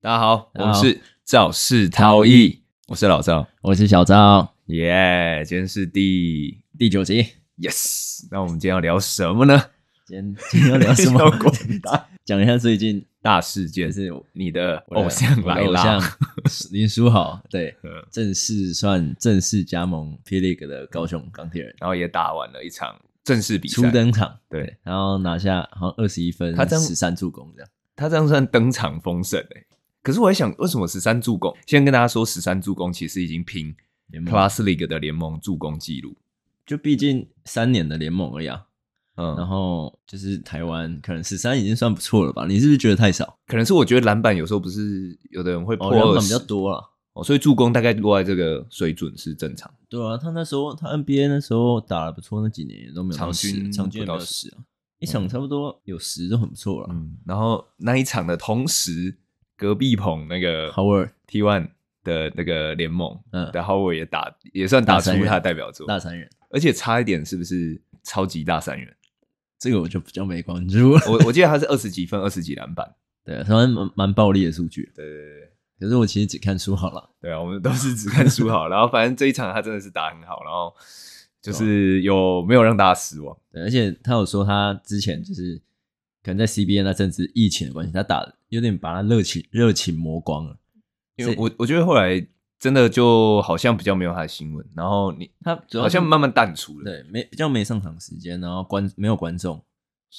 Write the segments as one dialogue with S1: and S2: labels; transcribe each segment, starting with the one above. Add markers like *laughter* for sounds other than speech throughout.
S1: 大家好，我
S2: 大家
S1: 们
S2: 好
S1: 是赵氏陶艺，我是老赵，
S2: 我是小赵，
S1: 耶、今天是第
S2: 第九集。
S1: yes，那我们今天要聊什么呢？ *laughs*
S2: 今天今天要聊什么
S1: 小滚蛋？
S2: *laughs* 讲一下最近
S1: 大事件
S2: 就是
S1: 你的
S2: 我的
S1: 偶像
S2: 我的
S1: 来
S2: 偶
S1: 啦
S2: 像，林书
S1: *laughs*
S2: 豪，对
S1: 嗯，
S2: 正式算正式加盟 P League 的高雄钢铁人，
S1: 然后也打完了一场正式嗯比赛，
S2: 初登场，
S1: 对，
S2: 然后拿下好像二十一分，
S1: 他这样
S2: 十三助攻这样，
S1: 他这样算登场封神哎、可是我在想，为什么十三助攻？先跟大家说，十三助攻其实已经拼
S2: 联盟
S1: Plus League 的联盟助攻记录。
S2: 就毕竟三年的联盟而已啊。然
S1: 嗯，
S2: 后就是台湾可能十三已经算不错了吧？你是不是觉得太少？
S1: 可能是我觉得篮板有时候不是有的人会破
S2: 哦，两
S1: 二
S2: 板比
S1: 十、
S2: 较多了。
S1: 哦，所以助攻大概落在这个水准是正常。
S2: 对啊，他那时候他 NBA 那时候打的不错，那几年也都没有到
S1: 场
S2: 十
S1: 均
S2: 场均也
S1: 不
S2: 没
S1: 到
S2: 有十啊，一场差不多有十就很不错了。
S1: 嗯，然后那一场的同时，隔壁棚那个
S2: Howard
S1: T One 的那个联盟
S2: 嗯，
S1: 的 Howard 也打，也算打
S2: 大
S1: 出
S2: 三元
S1: 他的代表作，
S2: 大三元，
S1: 而且差一点是不是超级大三元？
S2: 这个我就比较没关注。
S1: 我我记得他是二十几分，二十几篮板。
S2: *laughs* 对啊，他们蛮蛮暴力的数据，
S1: *laughs* 对对对对。
S2: 可是我其实只看书好了。
S1: 对啊，我们都是只看书好，然后反正这一场他真的是打很好，然后就是有没有让大家失望？
S2: 对，而且他有说他之前就是可能在 CBA 那阵子疫情的关系，他打得有点把他热情热情磨光了。
S1: 因为我我觉得后来真的就好像比较没有他的新闻，然后你
S2: 他主要
S1: 好像
S2: 是
S1: 慢慢淡出了。
S2: 对没比较没上场时间，然后观没有观众，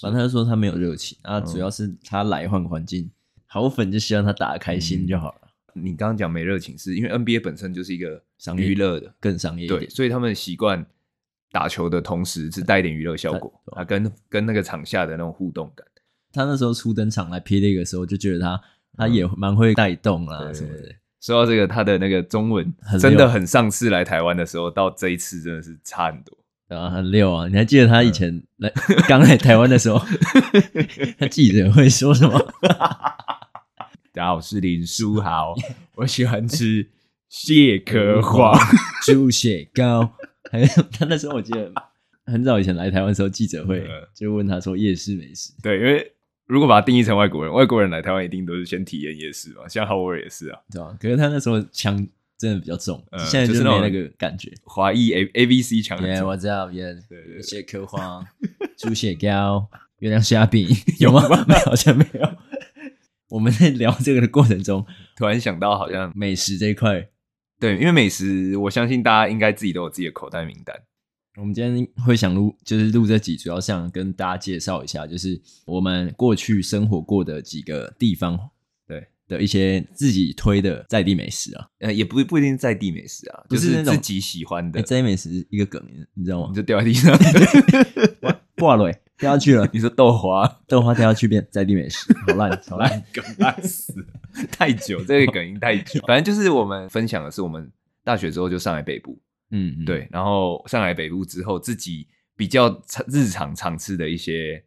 S2: 反正他就说他没有热情啊，主
S1: 哦
S2: 要是他来换环境，好粉就希望他打得开心
S1: 嗯
S2: 就好了，
S1: 你刚刚讲没热情，是因为 NBA 本身就是一个
S2: 商业
S1: 娱乐的，
S2: 更商业一
S1: 对，
S2: 点。
S1: 所以他们习惯打球的同时是带一点娱乐效果
S2: 对
S1: 啊，跟跟那个场下的那种互动感。
S2: 他那时候初登场来 P League 的时候，就觉得他他也蛮会带动啊
S1: 嗯对
S2: 什么的，
S1: 说到这个，他的那个中文
S2: 很
S1: 真
S2: 溜
S1: 的很上次来台湾的时候，到这一次真的是差很多。
S2: 然后很溜啊！你还记得他
S1: 嗯
S2: 以前来刚来台湾的时候， *laughs* 他记者会说什
S1: *laughs*
S2: 么？
S1: 大家好，我是林书 *laughs* 豪，我喜欢吃蟹壳黄。
S2: 猪血糕，还有他那时候我记得很早以前来台湾的时候，记者会
S1: 嗯
S2: 就问他说夜市美食，
S1: *laughs* 对，因为如果把它定义成外国人，外国人来台湾一定都是先体验夜市嘛，像 Howard 也是啊，
S2: 对吧？可是他那时候腔真的比较重，
S1: 嗯
S2: 现在
S1: 就是那
S2: 没
S1: 种
S2: 那个感觉。
S1: 华裔 A A B C 强很
S2: Yeah,
S1: 重
S2: what's up? Yeah，
S1: 对对对
S2: 有些壳花、猪血糕、月亮虾饼 *laughs* 有吗？没有，好像没有。 *laughs* 我们在聊这个的过程中，
S1: 突然想到，好像
S2: 美食这一块，
S1: 对，因为美食，我相信大家应该自己都有自己的口袋名单。
S2: 我们今天会想录，就是录这集，主要想跟大家介绍一下，就是我们过去生活过的几个地方，
S1: 对
S2: 的一些自己推的在地美食啊。
S1: 呃，也不不一定是在地美食啊，
S2: 不
S1: 就是是
S2: 那种
S1: 自己喜欢的
S2: 哎，，在地美食一个梗，你你知道吗
S1: 你？就掉在地上。 *laughs*
S2: 挂了、欸，掉下去了，
S1: 你说豆花，
S2: 豆花掉下去变在地美
S1: *laughs*
S2: 食，好烂，好烂。
S1: 梗烂死，太久，这个梗已经太久。反正就是我们分享的是我们大学之后就上来北部，
S2: 嗯，嗯，
S1: 对，然后上来北部之后，自己比较常日常常吃的一些，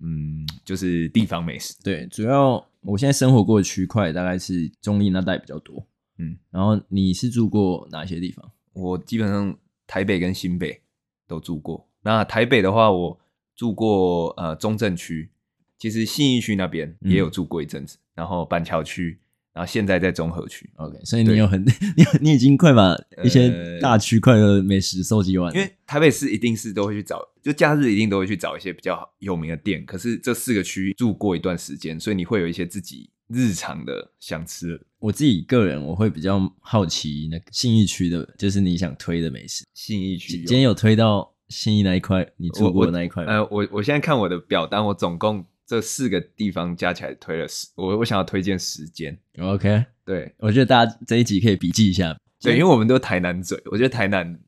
S1: 嗯，就是地方美食。
S2: 对，主要我现在生活过的区块大概是中立那带比较多。
S1: 嗯，
S2: 然后你是住过哪些地方？
S1: 我基本上台北跟新北都住过。那台北的话，我住过呃中正区，其实信义区那边也有
S2: 嗯
S1: 住过一阵子，然后板桥区，然后现在在中和区。
S2: OK，所以你
S1: 对
S2: 有很， *laughs* 你有你已经快把一些
S1: 呃
S2: 大区块的美食收集完了，
S1: 因为台北市一定是都会去找，就假日一定都会去找一些比较有名的店。可是这四个区住过一段时间，所以你会有一些自己日常的想吃的
S2: 我自己个人我会比较好奇那个信义区的，就是你想推的美食。
S1: 信义区
S2: 今
S1: 有。
S2: 今天有推到信义那一块，你
S1: 我
S2: 住过
S1: 我
S2: 的那一块吗？
S1: 呃，我我现在看我的表单，我总共这四个地方加起来推了十，我我想要推荐十间。
S2: OK，
S1: 对
S2: 我觉得大家这一集可以笔记一下。
S1: 对，因为我们都台南嘴，我觉得台南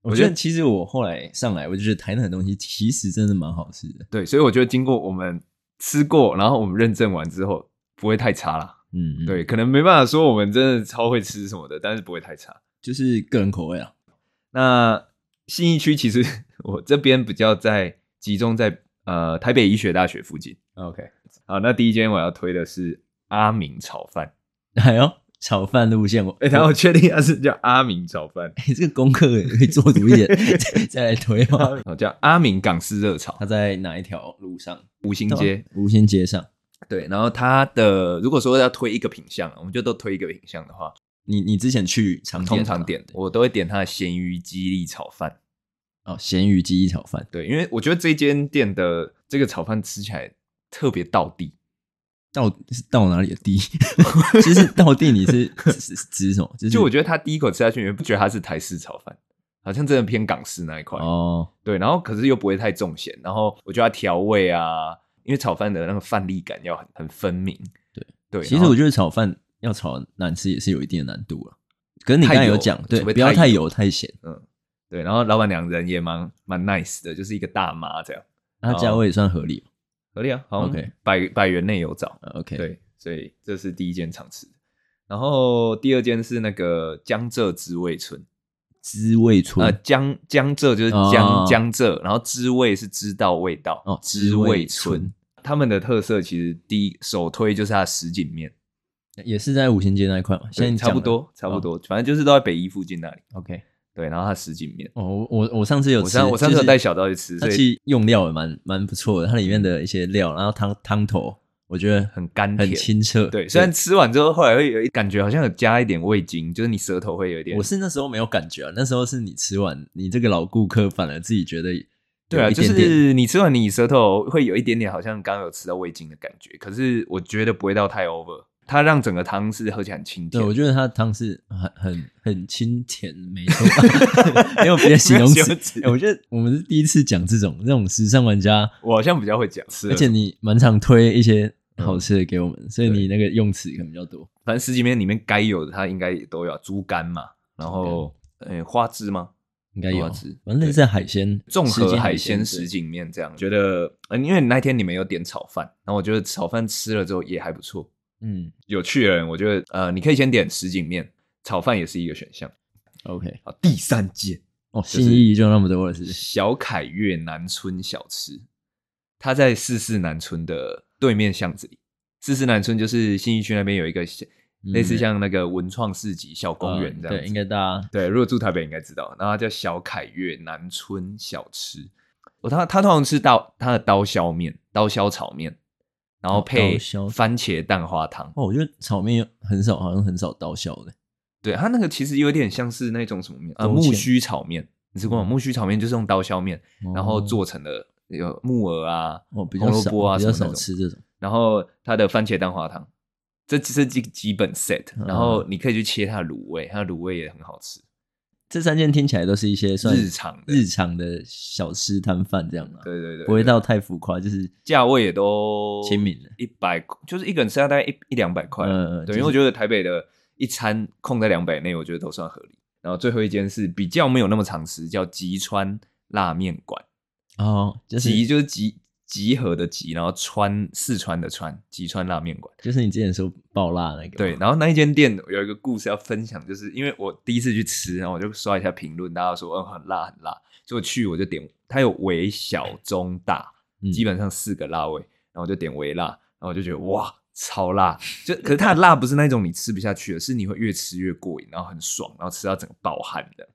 S2: 我觉得其实我后来上来，我就觉得台南的东西其实真的蛮好吃的。
S1: 对，所以我觉得经过我们吃过，然后我们认证完之后，不会太差啦。
S2: 嗯，嗯，
S1: 对，可能没办法说我们真的超会吃什么的，但是不会太差。
S2: 就是个人口味 *laughs* 啊。
S1: 那信义区其实我这边比较在集中在呃台北医学大学附近。
S2: OK，
S1: 好，那第一间我要推的是阿明炒饭。
S2: 还有哎炒饭路线，我
S1: 哎、然后我确定它是叫阿明炒 *laughs* 饭。
S2: 你 *laughs* 这个功课可以做足一 *laughs* 点，再再来推啊吗？
S1: 哦，叫阿明港式热炒
S2: 他，在哪一条路上？
S1: 五星街。
S2: 无线街上，
S1: 对，然后它的如果说要推一个品相，我们就都推一个品相的话，
S2: 你你之前去常
S1: 通
S2: 见
S1: 常
S2: 吗
S1: 点我都会点它的咸鱼鸡粒炒饭。
S2: 哦，咸鱼鸡翼炒饭
S1: 对，因为我觉得这间店的这个炒饭吃起来特别道地，
S2: 到是到哪里的 *laughs* 地？其实到地你是 *laughs* 是是指什么？就是
S1: 就我觉得它第一口吃下去，你不觉得它是台式炒饭，好像真的偏港式那一块。
S2: 哦，
S1: 对，然后可是又不会太重咸，然后我觉得它调味啊，因为炒饭的那个饭粒感要很很分明。
S2: 对
S1: 对，
S2: 其实我觉得炒饭要炒难吃也是有一定的难度了。啊可是你
S1: 太
S2: 刚才有
S1: 油
S2: 讲，对，
S1: 除非
S2: 不要
S1: 太
S2: 太
S1: 油
S2: 油太咸，
S1: 对，然后老板娘人也蛮蛮 nice 的，就是一个大妈这样，
S2: 那价位也算合理。
S1: 合理啊，好像
S2: OK
S1: 百百元内有找。
S2: 呃 OK，，
S1: 对，所以这是第一间常吃的。然后第二间是那个江浙知味村，
S2: 滋味村
S1: 呃，江江浙就是江、
S2: 哦
S1: 江浙，然后知味是知道味道
S2: 哦
S1: 知
S2: 知味
S1: 味村
S2: 村，
S1: 他们的特色其实第一首推就是它的什锦面，
S2: 也是在五星街那一块嘛，现在
S1: 呃对
S2: 你
S1: 差不
S2: 讲了哦
S1: 多差不多，反正就是都在北一附近那里。
S2: OK。
S1: 对，然后它的什锦面，
S2: 哦，我我我上次有
S1: 我
S2: 吃，
S1: 上我上次
S2: 就
S1: 有
S2: 是
S1: 带小刀去吃，
S2: 它
S1: 所
S2: 其
S1: 以
S2: 实用料也蛮蛮不错的，它里面的一些料，然后汤汤头，我觉得
S1: 很甘
S2: 很
S1: 甜。
S2: 清澈。
S1: 对，虽然吃完之后，后来会有一感觉好像有加一点味精，就是你舌头会有一点
S2: 我，是那时候没有感觉啊，那时候是你吃完，你这个老顾客反而自己觉得
S1: 对啊，
S2: 有一
S1: 就
S2: 点点
S1: 是你吃完你舌头会有一点点好像刚刚有吃到味精的感觉，可是我觉得不会到太 over，它让整个汤是喝起来很清
S2: 对，
S1: 甜。
S2: 我觉得它的汤是很很很清甜，没错，
S1: *laughs*
S2: 没有别的形容
S1: 没有形容
S2: 词
S1: 词。
S2: 哎我觉得我们是第一次讲这种这种时尚玩家，
S1: *laughs* 我好像比较会讲，吃了
S2: 而且你蛮常推一些好吃的给我们，所以
S1: 嗯对哦
S2: 你那个用词可能比较多。
S1: 反正十几面里面该有的它应该也都有啊，猪肝嘛，然后呃花枝吗？
S2: 应该有
S1: 好吃，
S2: 反正类似海鲜，
S1: 综
S2: 十
S1: 合
S2: 斤
S1: 海
S2: 鲜
S1: 鲜什
S2: 对
S1: 锦面这样，觉得呃因为那天你们有点炒饭，然后我觉得炒饭吃了之后也还不错，
S2: 嗯
S1: 有趣的人，我觉得呃你可以先点什锦面，炒饭也是一个选项。
S2: ，OK，
S1: 好，第三间。
S2: 哦，
S1: 就是
S2: 信义就那么多了，是不是？
S1: 小凯越南村小吃，它在四四南村的对面巷子里。四四南村就是信义区那边有一个小
S2: 嗯
S1: 类似像那个文创市集小公园
S2: 呃
S1: 这样子。
S2: 对，应该大家
S1: 对，如果住台北应该知道，然后它叫小凯越南村小吃。我他他通常吃到它的刀削面、刀削炒面，然后配
S2: 哦刀削
S1: 番茄蛋花汤。
S2: 哦，我觉得炒面很少，好像很少刀削的。
S1: 对，它那个其实有点像是那种什么面，呃，
S2: 勾
S1: 木
S2: 芡
S1: 须炒面。你吃过吗？木须炒面就是用刀削面，然后
S2: 嗯哦
S1: 做成的有木耳啊、
S2: 哦比较
S1: 红萝
S2: 少
S1: 卜啊
S2: 比
S1: 什么
S2: 较
S1: 那
S2: 少
S1: 种
S2: 吃这种。
S1: 然后它的番茄蛋花汤，这这是基基本 set，
S2: 嗯
S1: 然后你可以去切它的卤味，它的卤味也很好吃，
S2: 这三件听起来都是一些算
S1: 日常的
S2: 日常的小吃摊贩这样啊，
S1: 对对对，
S2: 不会到太浮夸，就是
S1: 价位也都
S2: 亲民的
S1: 一百就是一个人吃要大概一一两百块，
S2: 嗯
S1: 对，
S2: 嗯就是
S1: 因为我觉得台北的一餐控在两百内，我觉得都算合理。然后最后一间是比较没有那么常吃，叫吉川拉面馆，
S2: 哦，就是
S1: 吉就是集集合的集，然后川四川的川，吉川拉面馆。
S2: 就是你之前说爆辣那个嘛，
S1: 对，然后那一间店有一个故事要分享，就是因为我第一次去吃，然后我就刷一下评论，大家说嗯很辣很辣，所以我去我就点，它有微小中大，
S2: 嗯
S1: 基本上四个辣味，然后我就点微辣，然后我就觉得哇超辣，就可是它的辣不是那种你吃不下去的，是你会越吃越过瘾，然后很爽，然后吃到整个爆汗的。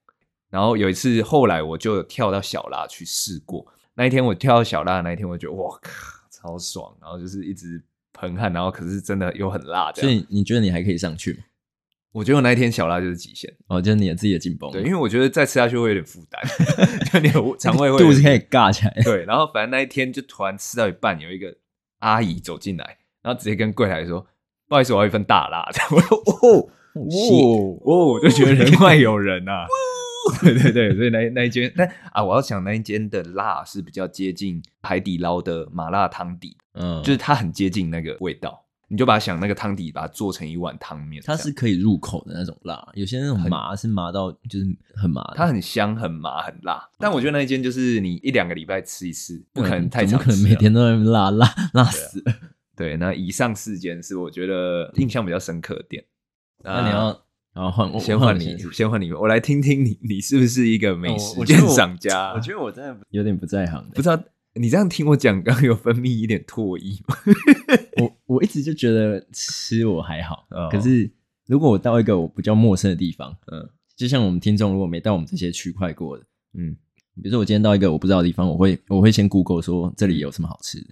S1: 然后有一次后来我就有跳到小辣去试过，那一天我跳到小辣的那一天，我就觉得哇咔超爽，然后就是一直。喷汗，然后可是真的又很辣，这样
S2: 所以你觉得你还可以上去吗？
S1: 我觉得我那一天小辣就是极限，
S2: 哦，就是你的自己的紧绷，
S1: 对，因
S2: *laughs*
S1: 为我觉得再吃下去会有点负担， *laughs* 就你的肠胃会
S2: 肚子开始尬
S1: *laughs*
S2: 起来，
S1: 对，然后反正那一天就突然吃到一半，有一个阿姨走进来，然后直接跟柜台说：“不好意思，我要一份大辣。”这 *laughs* 样我说：“哦哦哦！”我就觉得人外有人
S2: 哦
S1: 啊。 *laughs* 对对对，所以那那一间，但啊，我要讲那一间的辣是比较接近海底捞的麻辣汤底，
S2: 嗯，
S1: 就是它很接近那个味道。你就把它想那个汤底，把它做成一碗汤面这
S2: 它
S1: 样，
S2: 是可以入口的那种辣，有些那种麻是麻到就是很麻的，
S1: 它很香、很麻、很辣。但我觉得那一间就是你一两个礼拜吃一次，不可能太
S2: 嗯怎
S1: 常
S2: 么可能
S1: 吃
S2: 每
S1: 啊。
S2: 天都在那边辣辣辣死了？
S1: 对，那以上四间是我觉得印象比较深刻的店。
S2: 那你要然后换我，
S1: 啊先
S2: 我
S1: 换
S2: 我
S1: 你
S2: 先，哦
S1: 先换你，我来听听你，你是不是一个美
S2: 我
S1: 食
S2: 我觉得
S1: 鉴
S2: 我
S1: 赏家？
S2: 我觉得我真的有点不在行，
S1: 不知道你这样听我讲，刚刚有分泌一点唾液吗？
S2: 我我一直就觉得吃我还好，
S1: 哦
S2: 可是如果我到一个我比较陌生的地方，
S1: 嗯
S2: 就像我们听众如果没到我们这些区块过的，
S1: 嗯，
S2: 比如说我今天到一个我不知道的地方，我会我会先 Google 说这里有什么好吃的，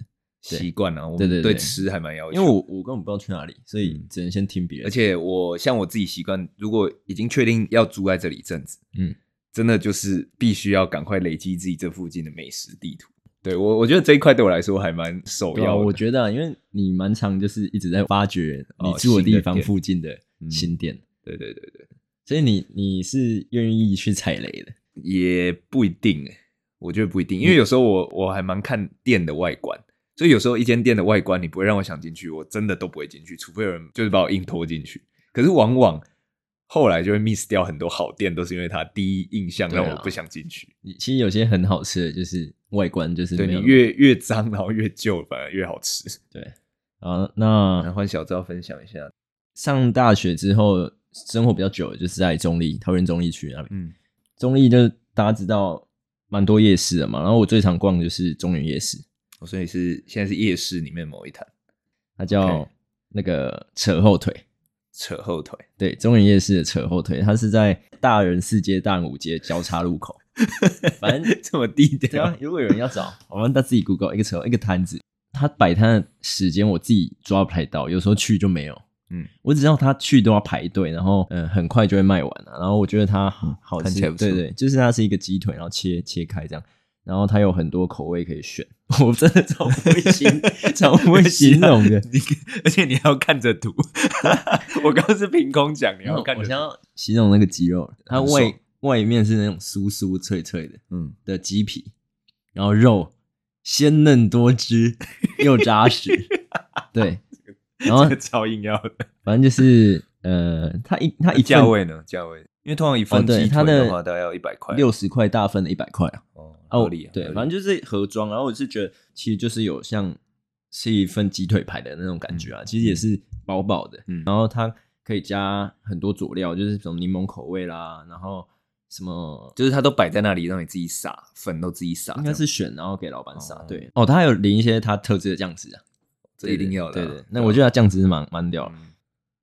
S2: 对
S1: 习惯啊，我
S2: 对对
S1: 们
S2: 对
S1: 对吃还蛮要求。
S2: 因为我我根本不知道去哪里，所以
S1: 嗯
S2: 只能先听别人。
S1: 而且我像我自己习惯，如果已经确定要住在这里一阵子，
S2: 嗯，
S1: 真的就是必须要赶快累积自己这附近的美食地图。对我，我觉得这一块对我来说还蛮首
S2: 对啊，
S1: 要的。
S2: 我觉得、啊，因为你蛮常就是一直在发掘
S1: 哦
S2: 你住的地方
S1: 新的店嗯
S2: 附近的新店，
S1: 对对对对，
S2: 所以你你是愿意去踩雷的。
S1: 也不一定欸，我觉得不一定，
S2: 嗯
S1: 因为有时候我我还蛮看店的外观，所以有时候一间店的外观你不会让我想进去，我真的都不会进去，除非有人就是把我硬拖进去。可是往往后来就会 miss 掉很多好店，都是因为它第一印象让
S2: 对啊
S1: 我不想进去。
S2: 你其实有些很好吃的，就是外观就是
S1: 对
S2: 没有
S1: 你越越脏，然后越旧，反而越好吃。
S2: 对啊。那
S1: 然后换小赵分享一下，
S2: 上大学之后生活比较久的，就是在中立桃园中立区那边。
S1: 嗯
S2: 中立就是大家知道蛮多夜市的嘛，然后我最常逛的就是中原夜市，
S1: 哦所以是现在是夜市里面某一摊
S2: 它叫
S1: OK
S2: 那个扯后腿。
S1: 扯后腿，
S2: 对，中原夜市的扯后腿，它是在大人四街、大人五街交叉路口。反正
S1: *laughs* 这么低
S2: 对
S1: 调
S2: 啊，，如果有人要找，我们他自己 Google 一个扯一个摊子，他摆摊的时间我自己抓不太到，有时候去就没有。
S1: 嗯，
S2: 我只知道他去都要排队，然后嗯、呃很快就会卖完了、然后我觉得它好好
S1: 嗯
S2: 吃，
S1: 看起来不错
S2: 对对，就是它是一个鸡腿，然后切切开这样，然后它有很多口味可以选。 *laughs* 我真的超不会形，
S1: *laughs*
S2: 超不会形容的。
S1: 你而且你还要看着
S2: *laughs*
S1: 图，我刚刚是凭空讲，你还要看
S2: 嗯我
S1: 着
S2: 想
S1: 图，
S2: 要形容那个鸡肉，它
S1: 很
S2: 外
S1: 爽
S2: 外面是那种酥酥脆脆的
S1: 嗯，
S2: 的鸡皮，然后肉鲜嫩多汁又
S1: *laughs*
S2: 扎实，对，然后
S1: 这个超硬要的。
S2: 反正就是呃，它一它一
S1: 价
S2: 份
S1: 位呢？价位，因为通常一份
S2: 哦对
S1: 鸡
S2: 它
S1: 腿
S2: 的
S1: 的话，大概要一百块，
S2: 六十块大份的一百块啊，
S1: 哦，
S2: 啊我
S1: 合理啊，
S2: 对，
S1: 合理
S2: 反正就是盒装，然后我是觉得其实就是有像是一份鸡腿排的那种感觉啊，其实也是薄薄的，
S1: 嗯
S2: 然后它可以加很多佐料，就是什么柠檬口味啦，然后什么
S1: 就是它都摆在那里，让你自己撒，粉都自己撒，
S2: 应该
S1: 这
S2: 是
S1: 样
S2: 选，然后给老板撒。
S1: 哦
S2: 对，哦，他还有淋一些他特制的酱汁啊，
S1: 这一定要的
S2: 对
S1: 啊。嗯
S2: 对，对那我觉得他酱汁蛮蛮
S1: 得
S2: 屌的。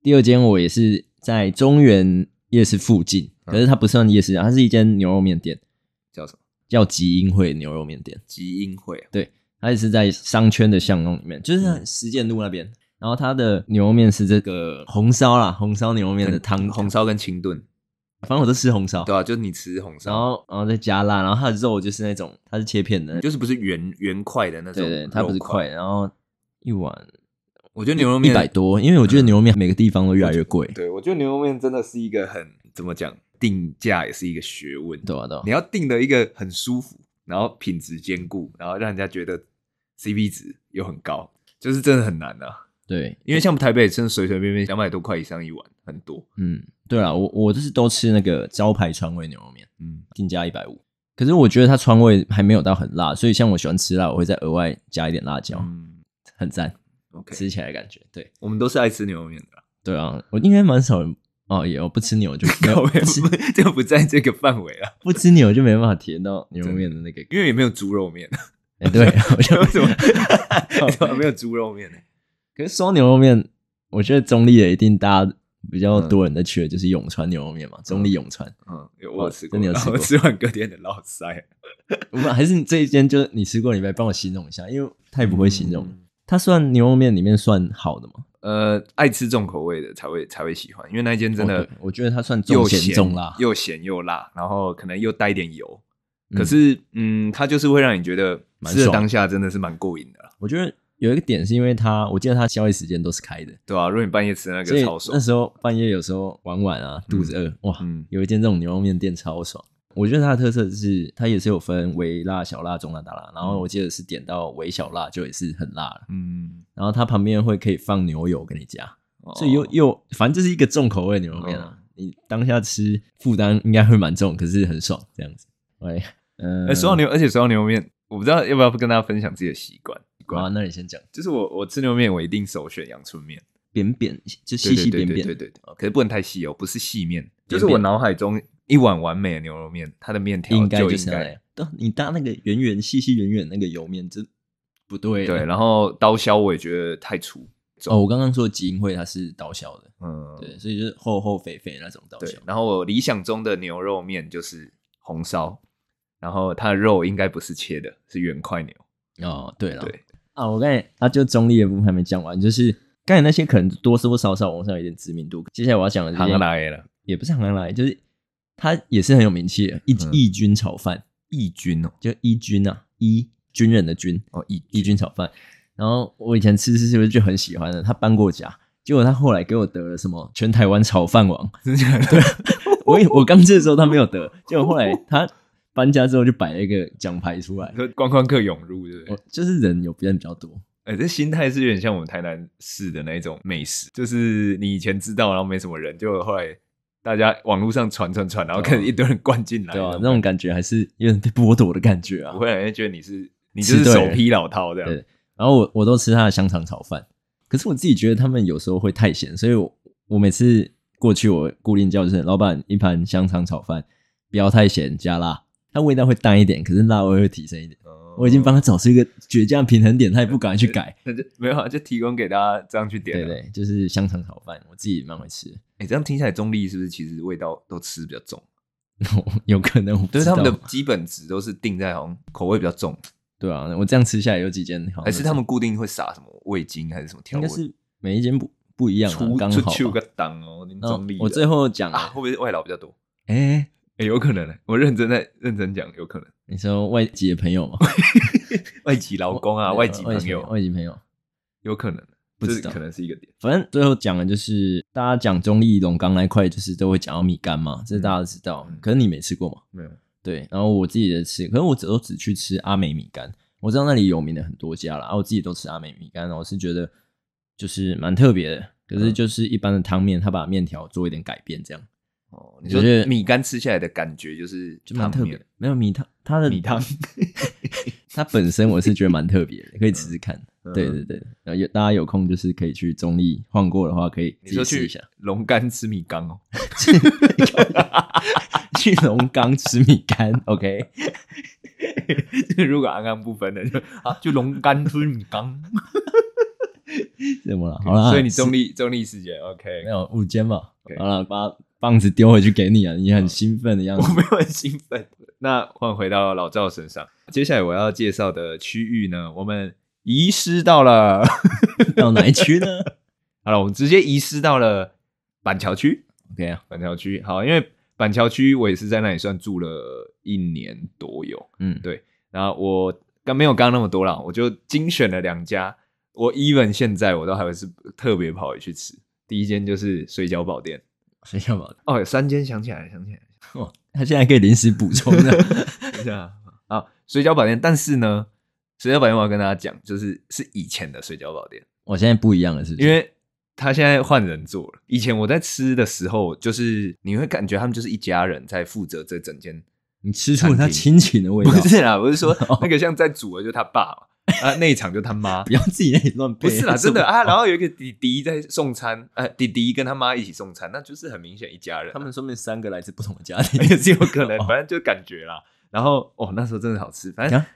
S2: 第二间我也是在中原夜市附近，
S1: 嗯
S2: 可是它不算夜市啊，它是一间牛肉面店，
S1: 叫什么
S2: 叫吉英会牛肉面店，
S1: 基因会啊，
S2: 它也是在商圈的巷弄里面，就是
S1: 嗯
S2: 在实践路那边。然后它的牛肉面是这个红烧啦，红烧牛肉面的汤，
S1: 红，烧跟清炖，
S2: 反正我都吃红烧。
S1: 对啊，就是你吃红
S2: 然
S1: 烧，
S2: 后，然后再加辣，然后它的肉就是那种，它是切片的，
S1: 就是不是圆圆块的那种
S2: 对
S1: 肉
S2: 嗯对，
S1: 块，
S2: 它不是块，然后一碗
S1: 我觉得牛肉面
S2: 一百，多，因为我觉得牛肉面每个地方都越来越贵。
S1: 对我觉得牛肉面真的是一个很怎么讲，定价也是一个学问。
S2: 对啊，对啊
S1: 你，要定的一个很舒服，然后品质兼顾，然后让人家觉得 CP 值又很高，就是真的很难啊。
S2: 对，
S1: 因为像台北真的随随便便两百多块以上一碗，很多。
S2: 嗯，对啊，我我就是都吃那个招牌川味牛肉面，
S1: 嗯，
S2: 定价一百五。可是我觉得它川味还没有到很辣，所以像我喜欢吃辣，我会再额外加一点辣椒，
S1: 嗯
S2: 很赞，
S1: ，OK，
S2: 吃起来的感觉。对，
S1: 我们都是爱吃牛肉面的啦，
S2: 对啊，我应该蛮少人哦，也我不吃牛就 *laughs* 没
S1: *laughs*
S2: 有
S1: 靠
S2: 不
S1: 北
S2: 吃
S1: 啊不这个不在这个范围啊，
S2: 不吃牛就没办法体验到牛肉面的 *laughs* 那个。
S1: 因为也没有猪肉面， *laughs*
S2: 哎、对，我就 *laughs*
S1: 为什么为什么没有猪肉面呢？
S2: 可是说牛肉面，我觉得中立的一定大家比较多人在去的就是永川牛肉面嘛，中立永川。
S1: 嗯，有我有吃过，
S2: 真的有
S1: 然
S2: 吃
S1: 后
S2: 过
S1: 吃完隔天的老塞，
S2: 我们还是你这一间，就是你吃过，你来帮我形容一下，因为太不会形容。
S1: 嗯
S2: 它算牛肉面里面算好的嘛？
S1: 呃，爱吃重口味的才会才会喜欢，因为那一间真的、
S2: 哦对我觉得它算重
S1: 又
S2: 咸
S1: 咸
S2: 重辣
S1: 又咸又辣，然后可能又带一点油。
S2: 嗯
S1: 可是，嗯，它就是会让你觉得
S2: 蛮
S1: 吃的
S2: 爽
S1: 当下真的是蛮过瘾的啦，
S2: 我觉得有一个点是因为它，我记得它宵夜时间都是开的，
S1: 对吧、啊如果你半夜吃那
S2: 所
S1: 个
S2: 以
S1: 超
S2: 那
S1: 爽，
S2: 时候半夜有时候晚晚啊，肚子饿，哇，
S1: 嗯
S2: 有一间这种牛肉面店超爽。我觉得它的特色就是它也是有分微辣、小辣、中辣、大辣，然后我记得是点到微小辣就也是很辣了，
S1: 嗯，
S2: 然后它旁边会可以放牛油给你加，
S1: 哦
S2: 所以又又反正就是一个重口味牛肉面啊。你当下吃负担应该会蛮重，可是很爽这样子。喂，嗯、
S1: 哎，说到牛，而且说到牛肉面，我不知道要不要跟大家分享自己的习惯，
S2: 好啊，那你先讲，
S1: 就是我我吃牛肉面，我一定首选阳春面，
S2: 扁扁
S1: 对
S2: 就细细
S1: 对
S2: 扁
S1: 对
S2: 扁，
S1: 对对对，可是不能太细哦，不是细面，就
S2: 扁
S1: 是我脑海中一碗完美的牛肉面，它的面条
S2: 应该
S1: 就
S2: 就是那样。对，你搭那个圆圆细细圆圆那个油面，这不对了。
S1: 对，然后刀削我也觉得太粗，
S2: 哦，我刚刚说基因会它是刀削的，
S1: 嗯，
S2: 对，所以就是厚厚肥肥那种刀削
S1: 对，。然后我理想中的牛肉面就是红烧，然后它的肉应该不是切的，是圆块牛。
S2: 哦，对了，
S1: 对，
S2: 啊，我刚才啊，就中立的部分还没讲完，就是刚才那些可能多多少少网上有点知名度，接下来我要讲的这
S1: 行
S2: 些
S1: 啊来了，
S2: 也不是行行来，就是他也是很有名气的，义
S1: 嗯
S2: 义军炒饭，
S1: 义军哦，
S2: 就义军啊，义军人的军，
S1: 哦义
S2: 义军炒饭。然后我以前吃吃吃不是就很喜欢的，他搬过家，结果他后来给我得了什么全台湾炒饭王，
S1: *laughs* 真的假的？
S2: *laughs* 我以我刚吃的时候他没有得，结果后来他搬家之后就摆了一个奖牌出
S1: *laughs*
S2: 来
S1: 你，说观光客涌入，对不
S2: 我
S1: 对？
S2: 就是人有变比较多，
S1: 哎、这心态是有点像我们台南市的那一种美食，就是你以前知道，然后没什么人，就后来大家网络上传传传，然后开始一堆人灌进来，
S2: 啊对啊，
S1: 那
S2: 那种感觉还是有点被剥夺的感觉啊
S1: 不。会人家觉得你是你就是
S2: 吃对
S1: 首
S2: 了
S1: 批老饕这样
S2: 对。然后我我都吃他的香肠炒饭，可是我自己觉得他们有时候会太咸，所以我我每次过去我固定叫就是老板一盘香肠炒饭，不要太咸加辣，它味道会淡一点，可是辣味会提升一点。
S1: 哦
S2: 我已经帮他找出一个倔强平衡点，他也不敢去改。
S1: 那就没有啊，就提供给大家这样去点、啊。
S2: 对对，就是香肠炒饭，我自己蛮会吃，
S1: 哎、这样听起来中立是不是其实味道都吃比较重？
S2: *laughs* 有可能我不
S1: 就是
S2: 知
S1: 他们的
S2: 道
S1: 基本值都是定在好像口味比较重，
S2: 对啊，我这样吃下来有几间好像
S1: 还是他们固定会撒什么味精还是什么调
S2: 应
S1: 味？
S2: 该是每一间不不一样、啊
S1: 出，
S2: 刚
S1: 出
S2: 好
S1: 去有个
S2: 吧。
S1: 档哦，你
S2: 那
S1: 中立的。
S2: 我最后讲
S1: 啊，会不会外劳比较多？
S2: 哎、
S1: 哎、有可能、欸，我认真在认真讲，有可能
S2: 你说外籍的朋友吗？
S1: 外籍劳工啊，
S2: 对
S1: 外籍朋友
S2: 哦外籍朋友。
S1: 有可能，
S2: 不
S1: 这
S2: 知道
S1: 可能是一个点。
S2: 反正最后讲的就是，大家讲中立龙岗那一块，就是都会讲到米干嘛，这大家都知道。
S1: 嗯
S2: 可是你没吃过嘛？
S1: 没有，
S2: 对。然后我自己的吃，可是我只都只去吃阿美米干。我知道那里有名的很多家啦，然后啊我自己都吃阿美米干，然后我是觉得就是蛮特别的。可是
S1: 嗯
S2: 就是一般的汤面，他把面条做一点改变，这样
S1: 哦，你说
S2: 我觉得
S1: 米干吃下来的感觉就是
S2: 就蛮
S1: 汤
S2: 特
S1: 面
S2: 别。没有米汤，它的
S1: 米
S2: *laughs*
S1: 汤，
S2: 它本身我是觉得蛮特别的，可以试试看。
S1: 嗯
S2: 对对对，然后有大家有空就是可以去中立晃过的话，可以
S1: 你
S2: 自己
S1: 说
S2: 试一
S1: 去
S2: 下。 *laughs*
S1: 龙干吃米干哦， *laughs*
S2: 去龙岗吃米干 *laughs* ，OK？
S1: 如果安安不分的就啊，就龙干吃米 *laughs* 干。
S2: 怎么了？好了，
S1: 所以你
S2: 终
S1: 中立中立世界，OK？
S2: 没有五间嘛
S1: OK
S2: 好了，把棒子丢回去给你啊，你很兴奋的样
S1: 我
S2: 子。
S1: 没有很兴奋。那换回到老赵身上，接下来我要介绍的区域呢，我们遗失到了，
S2: *laughs* 到哪一
S1: *laughs*
S2: 区呢
S1: 好了，我们直接遗失到了板桥区。
S2: ？OK 啊，
S1: 板桥区好，因为板桥区我也是在那里算住了一年多有，
S2: 嗯，
S1: 对然后我刚没有刚刚那么多啦，我就精选了两家，我 even 现在我都还是特别跑回去吃。第一间就是水饺宝店，
S2: 睡觉吧。
S1: 哦，有三间想起来了，想起来了。
S2: 哇，他现在可以临时补充的。 *laughs*
S1: 等一下啊啊，水饺宝店，但是呢，水饺宝店我要跟大家讲，就是是以前的水饺宝店，
S2: 我现在不一样了，是不是？
S1: 因为他现在换人做了。以前我在吃的时候，就是你会感觉他们就是一家人在负责这整间，哦
S2: 你吃出了他
S1: 餐
S2: 亲情的味道
S1: 不，是啦，我是说那个像在煮的就他爸嘛，啊那一场就他妈
S2: 不。要自己在那里乱
S1: 不 *laughs*
S2: 背。
S1: 是啦，真的啊！然后有一个弟弟在送餐，呃，弟弟跟他妈一起送餐，那就是很明显一家人啊、
S2: 他们说明三个来自不同的家庭，
S1: *laughs*
S2: *laughs*
S1: 也是有可能，
S2: 哦
S1: 反正就感觉啦。然后哦，那时候真的好吃，反正
S2: 啊，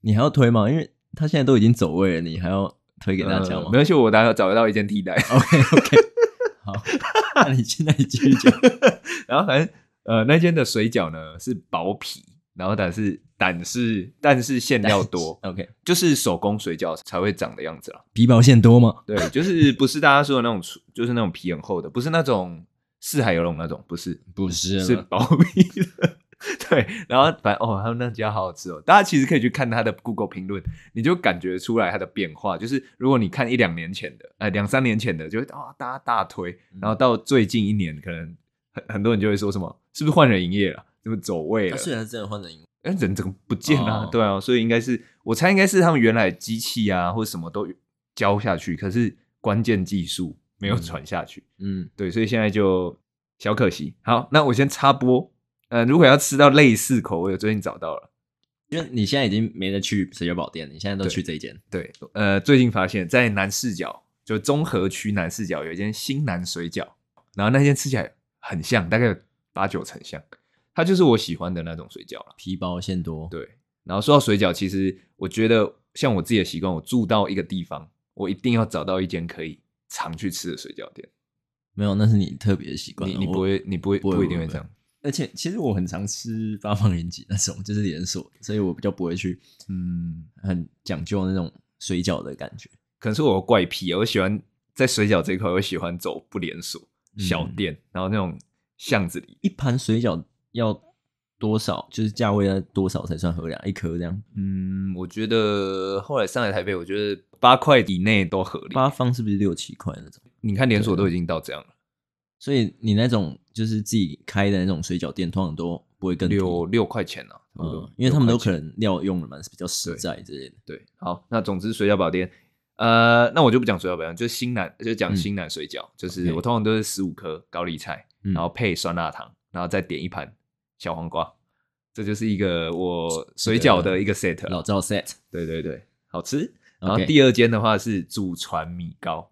S2: 你还要推吗？因为他现在都已经走位了，你还要推给大家
S1: 呃
S2: 吗
S1: 没关系，我待会找得到一件替代。
S2: ？OK *laughs* OK，好，那你现在继续讲。
S1: 然后反正呃，那间的水饺呢是薄皮，然后但是但是但是馅料多，
S2: OK，
S1: 就是手工水饺才会长的样子啦。
S2: 皮薄馅多吗？
S1: 对，就是不是大家说的那种粗， *laughs* 就是那种皮很厚的，不是那种四海游龙那种，不是，
S2: 不是
S1: 是
S2: 了，
S1: 薄皮的。 *laughs* 对，然后反正哦，他们那家好好吃哦。大家其实可以去看他的 Google 评论，你就感觉出来它的变化。就是如果你看一两年前的，呃，两三年前的，就会啊、大家大推，然后到最近一年，可能很很多人就会说什么，是不是换人营业了？是不是走位了？
S2: 他虽然真的换成荧幕，
S1: 哎，人整个不见了、
S2: 哦
S1: 对啊，所以应该是我猜应该是他们原来机器啊或什么都交下去，可是关键技术没有传下去。
S2: 嗯，
S1: 对，所以现在就小可惜。好，那我先插播。呃，如果要吃到类似口味，我最近找到了。
S2: 因为你现在已经没得去水饺宝店，你现在都去这一间，
S1: 对，呃，最近发现，在南市角，就中和区南市角有一间新南水饺，然后那间吃起来很像，大概有八九成像，它就是我喜欢的那种水饺了。
S2: 皮薄馅多，
S1: 对，然后说到水饺，其实我觉得像我自己的习惯，我住到一个地方，我一定要找到一间可以常去吃的水饺店。
S2: 没有，那是你特别的习惯，
S1: 你你
S2: 啊我
S1: 不。会，你不会，
S2: 不会
S1: 不一定
S2: 不
S1: 会
S2: 会
S1: 这样。
S2: 而且其实我很常吃八方云集那种，就是连锁，所以我比较不会去
S1: 嗯，
S2: 很讲究那种水饺的感觉。
S1: 可能是我的怪癖啊，我喜欢在水饺这一块，我喜欢走不连锁
S2: 嗯
S1: 小店，然后那种巷子里，
S2: 一盘水饺要多少？就是价位要多少才算合啊量？一颗这样，
S1: 嗯，我觉得后来上来台北，我觉得八块以内都合理。
S2: 八啊方是不是六七块那种？
S1: 你看连锁都已经到这样了，
S2: 所以你那种就是自己开的那种水饺店，通常都不会更
S1: 六
S2: 多，
S1: 六块钱啊，差不多
S2: 嗯，因为他们
S1: 六
S2: 都
S1: 块钱
S2: 可能料用的蛮比较实在之类的。
S1: 对。好，那总之水饺宝店，呃，那我就不讲水饺宝店，就新南就讲
S2: 嗯
S1: 新南水饺，就是
S2: OK
S1: 我通常都是十五颗高丽菜，
S2: 嗯
S1: 然后配酸辣汤，然后再点一盘小黄瓜，这就是一个我水饺的一个 set 啊。
S2: 老赵 set
S1: 对对对，好吃。然
S2: OK
S1: 后第二间的话是祖传米糕，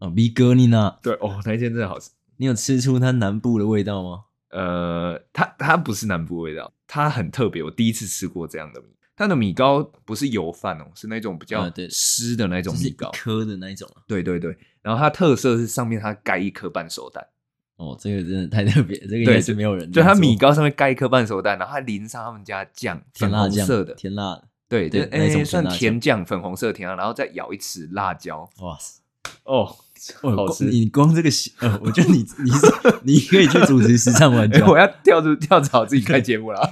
S2: 啊，V 哥你呢？
S1: 对哦，那一间真的好吃。
S2: 你有吃出它南部的味道吗？
S1: 呃，它它不是南部味道，它很特别，我第一次吃过这样的米。它的米糕不是油饭哦，是那种比较
S2: 啊对
S1: 湿的那种
S2: 就是
S1: 米
S2: 一
S1: 糕。
S2: 颗的那一种啊。
S1: 对对对，然后它特色是上面它盖一颗半熟蛋，
S2: 哦，这个真的太特别，这个
S1: 对
S2: 也是没有人
S1: 就它
S2: 这样做
S1: 米糕上面盖一颗半熟蛋，然后它淋上他们家的酱，
S2: 甜
S1: 粉
S2: 辣
S1: 红
S2: 酱
S1: 色的，
S2: 甜辣的，
S1: 对，就是
S2: 对那一种
S1: 哎
S2: 甜
S1: 算
S2: 辣酱
S1: 甜酱，粉红色的甜酱，然后再舀一匙辣椒，
S2: 哇塞！
S1: 哦，
S2: 哦
S1: *laughs*
S2: *laughs*
S1: 好
S2: 光
S1: 吃。
S2: 你光这个形，呃，我觉
S1: *laughs*
S2: 得你你是你可以去主持时尚玩
S1: 哎
S2: 家。
S1: 我要跳出跳槽自己开节目了
S2: *laughs*
S1: 啊。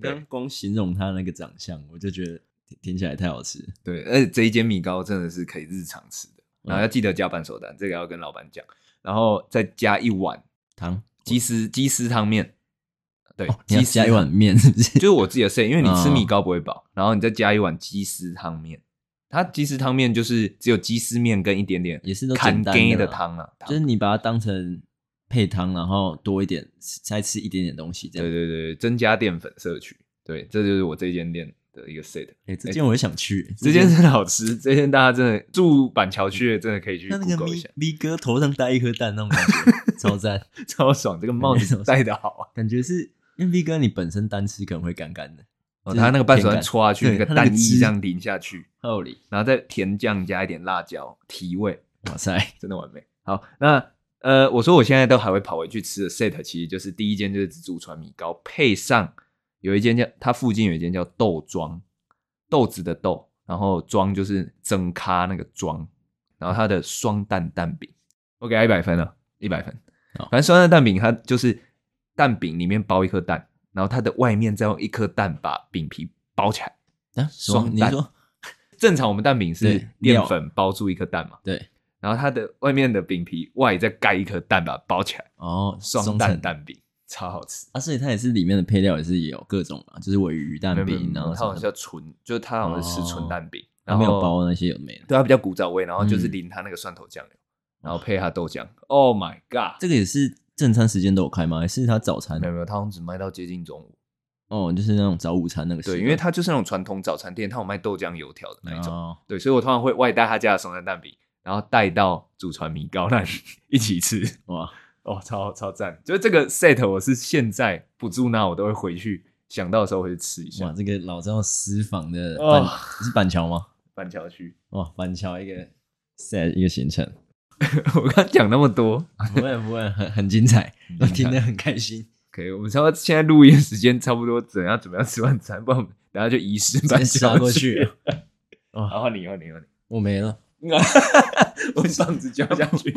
S2: 刚光形容他那个长相，我就觉得听听起来太好吃。
S1: 对，而且这一间米糕真的是可以日常吃的，然后
S2: 嗯
S1: 要记得加半熟蛋，这个要跟老板讲，然后再加一碗
S2: 汤
S1: 鸡丝鸡丝汤面，对
S2: 哦，，你要
S1: 鸡丝
S2: 加一碗面是不？
S1: 就是是我自己的 set，因为你吃
S2: 嗯
S1: 米糕不会饱，然后你再加一碗鸡丝汤面，它鸡丝汤面就是只有鸡丝面跟一点点
S2: *laughs* 也是都
S1: 砍
S2: 简单
S1: 干
S2: 的
S1: 的
S2: 啦
S1: 汤啊，
S2: 就是你把它当成配汤，然后多一点，再吃一点点东西这
S1: 对
S2: 样。
S1: 对对，增加淀粉摄取，对，这就是我这间店的一个 set。
S2: 哎， *laughs* 这间我也想去。
S1: 这间真的好吃，这间大家真的住板桥区的真的可以去
S2: 那那个
S1: Google 一
S2: 咪
S1: 下，
S2: 咪哥头上戴一颗蛋那种感觉，超
S1: *laughs*
S2: 赞。
S1: 超爽。这个帽子戴的好啊，
S2: 感觉是因为 V 哥你本身单吃可能会干干的，
S1: 哦，
S2: 就是
S1: 它那个半熟蛋
S2: 甜感
S1: 戳下去，
S2: 对
S1: 那个
S2: 它那个
S1: 蛋液
S2: 汁
S1: 这样淋下去，
S2: 道理。
S1: 然后再甜酱加一点辣椒提味，
S2: 哇
S1: *laughs*
S2: 塞，
S1: 真的完美。好，那呃，我说我现在都还会跑回去吃的 set，其实就是第一间就是自助川米糕，配上有一间叫它附近有一间叫豆庄，豆子的豆，然后庄就是蒸咖那个庄，然后它的双蛋蛋饼，我给它一百分了，一百分。
S2: 好
S1: 反正双蛋蛋饼它就是蛋饼里面包一颗蛋，然后它的外面再用一颗蛋把饼皮包起来。
S2: 啊，
S1: 双
S2: 你
S1: 蛋
S2: 说
S1: 正常我们蛋饼是
S2: 对
S1: 淀
S2: 料
S1: 粉包住一颗蛋嘛，
S2: 对
S1: 然后它的外面的饼皮外再盖一颗蛋把它包起来，
S2: 哦，
S1: 双
S2: 中
S1: 蛋
S2: 层
S1: 蛋饼超好吃。
S2: 啊，所以它也是里面的配料也是有各种嘛，就是尾鱼蛋
S1: 没有没有
S2: 饼，
S1: 没
S2: 然
S1: 有
S2: 后
S1: 它好像
S2: 什
S1: 叫
S2: 么
S1: 纯，就是它好像是吃纯蛋饼，
S2: 它
S1: 然后
S2: 没有包那些有的没的。
S1: 对它比较古早味，然后就是
S2: 嗯哦
S1: 淋它那个蒜头酱油，然后配它豆浆。Oh my god！
S2: 这个也是正餐时间都有开吗？还是它早餐
S1: 没？有没有，它好像只卖到接近中午。
S2: 哦，就是那种早午餐那个时段。
S1: 对，因为它就是那种传统早餐店，它有卖豆浆油条的那一种。
S2: 哦
S1: 对，所以我通常会外带他家的松山蛋饼，然后带到祖传米糕那里一起吃。
S2: 哇，
S1: 哦，超超赞！就是这个 set，我是现在不住那，我都会回去想到的时候会去吃一
S2: 哇，
S1: 下。
S2: 这个老张私房的
S1: 啊哦
S2: 板是板桥吗？
S1: 板桥区， *laughs*
S2: 哇，板桥一个 set 一个行程，
S1: 我刚讲那么
S2: *laughs*
S1: 多
S2: 不会不会，很很精彩，我
S1: 精彩
S2: 听得很开心。
S1: ，OK，我们差不多现在录音时间差不多，怎样准备要吃晚餐？不然我们等下就遗失板
S2: 直接
S1: 桥啊
S2: 杀过
S1: 区
S2: 去了。
S1: 然后你，然后你，然后
S2: 我没了。
S1: 你， *laughs*
S2: *laughs*
S1: 我嗓子掉下去，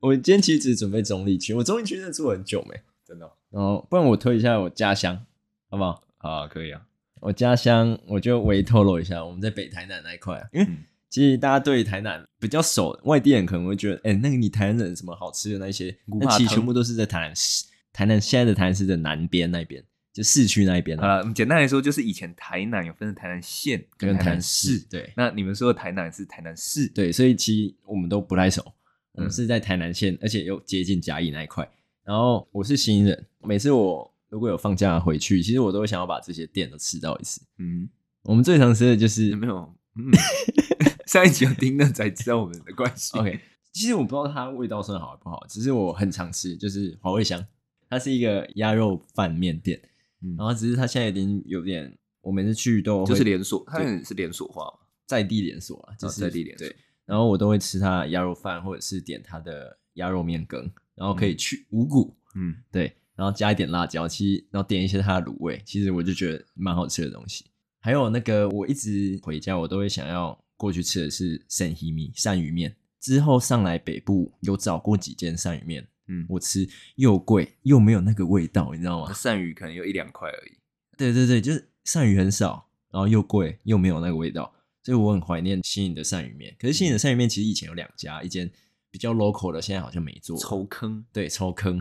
S2: 我今天其实只准备中立区，我中立区真的住很久没。
S1: 真的哦
S2: 然后，不然我推一下我家乡，好不好？
S1: 好啊，可以啊，
S2: 我家乡我就微透露一下，我们在北台南那一块、啊，因为
S1: 嗯
S2: 其实大家对台南比较熟，外地人可能会觉得，哎、那个你台南人什么好吃的那些，
S1: 骨
S2: 那
S1: 化
S2: 其实
S1: 汤
S2: 全部都是在台南市，台南现在的台南市的南边那边，就市区那一边
S1: 嗯
S2: 啊
S1: 好了，我们简单来说，就是以前台南有分成台南县跟
S2: 跟
S1: 台
S2: 台
S1: 南
S2: 南市
S1: 市，，
S2: 对
S1: 那你们说的台南是台南市，
S2: 对，所以其实我们都不太熟，
S1: 嗯
S2: 我们是在台南县，而且又接近嘉义那一块。然后我是新人，每次我如果有放假回去，其实我都会想要把这些店都吃到一次。
S1: 嗯，
S2: 我们最常吃的就是
S1: 有没有？嗯， *laughs* 上一集有听的才知道我们的关系。
S2: OK，其实我不知道它味道算好还不好，只是我很常吃，就是华味香，它是一个鸭肉饭面店，
S1: 嗯
S2: 然后只是它现在已经有点，我每次去都
S1: 就是
S2: 会
S1: 连锁，它也是连锁化嘛。
S2: 在地连锁啊，就
S1: 哦
S2: 是、
S1: 在地连锁
S2: 对，然后我都会吃它的鸭肉饭，或者是点它的鸭肉面羹，然后可以去五谷，
S1: 嗯，
S2: 对，然后加一点辣椒，其实然后点一些它的卤味，其实我就觉得蛮好吃的东西。还有那个我一直回家，我都会想要过去吃的是鳝鱼米鳝鱼面，之后上来北部有找过几间鳝鱼面，
S1: 嗯，
S2: 我吃又贵又没有那个味道，你知道吗？ *laughs*
S1: 鳝鱼可能有一两块而已。
S2: 对对对，就是鳝鱼很少，然后又贵又没有那个味道，所以我很怀念新颖的鳝鱼面。可是新颖的鳝鱼面其实以前有两家，一间比较 local 的，现在好像没做。
S1: 抽坑，
S2: 对抽坑，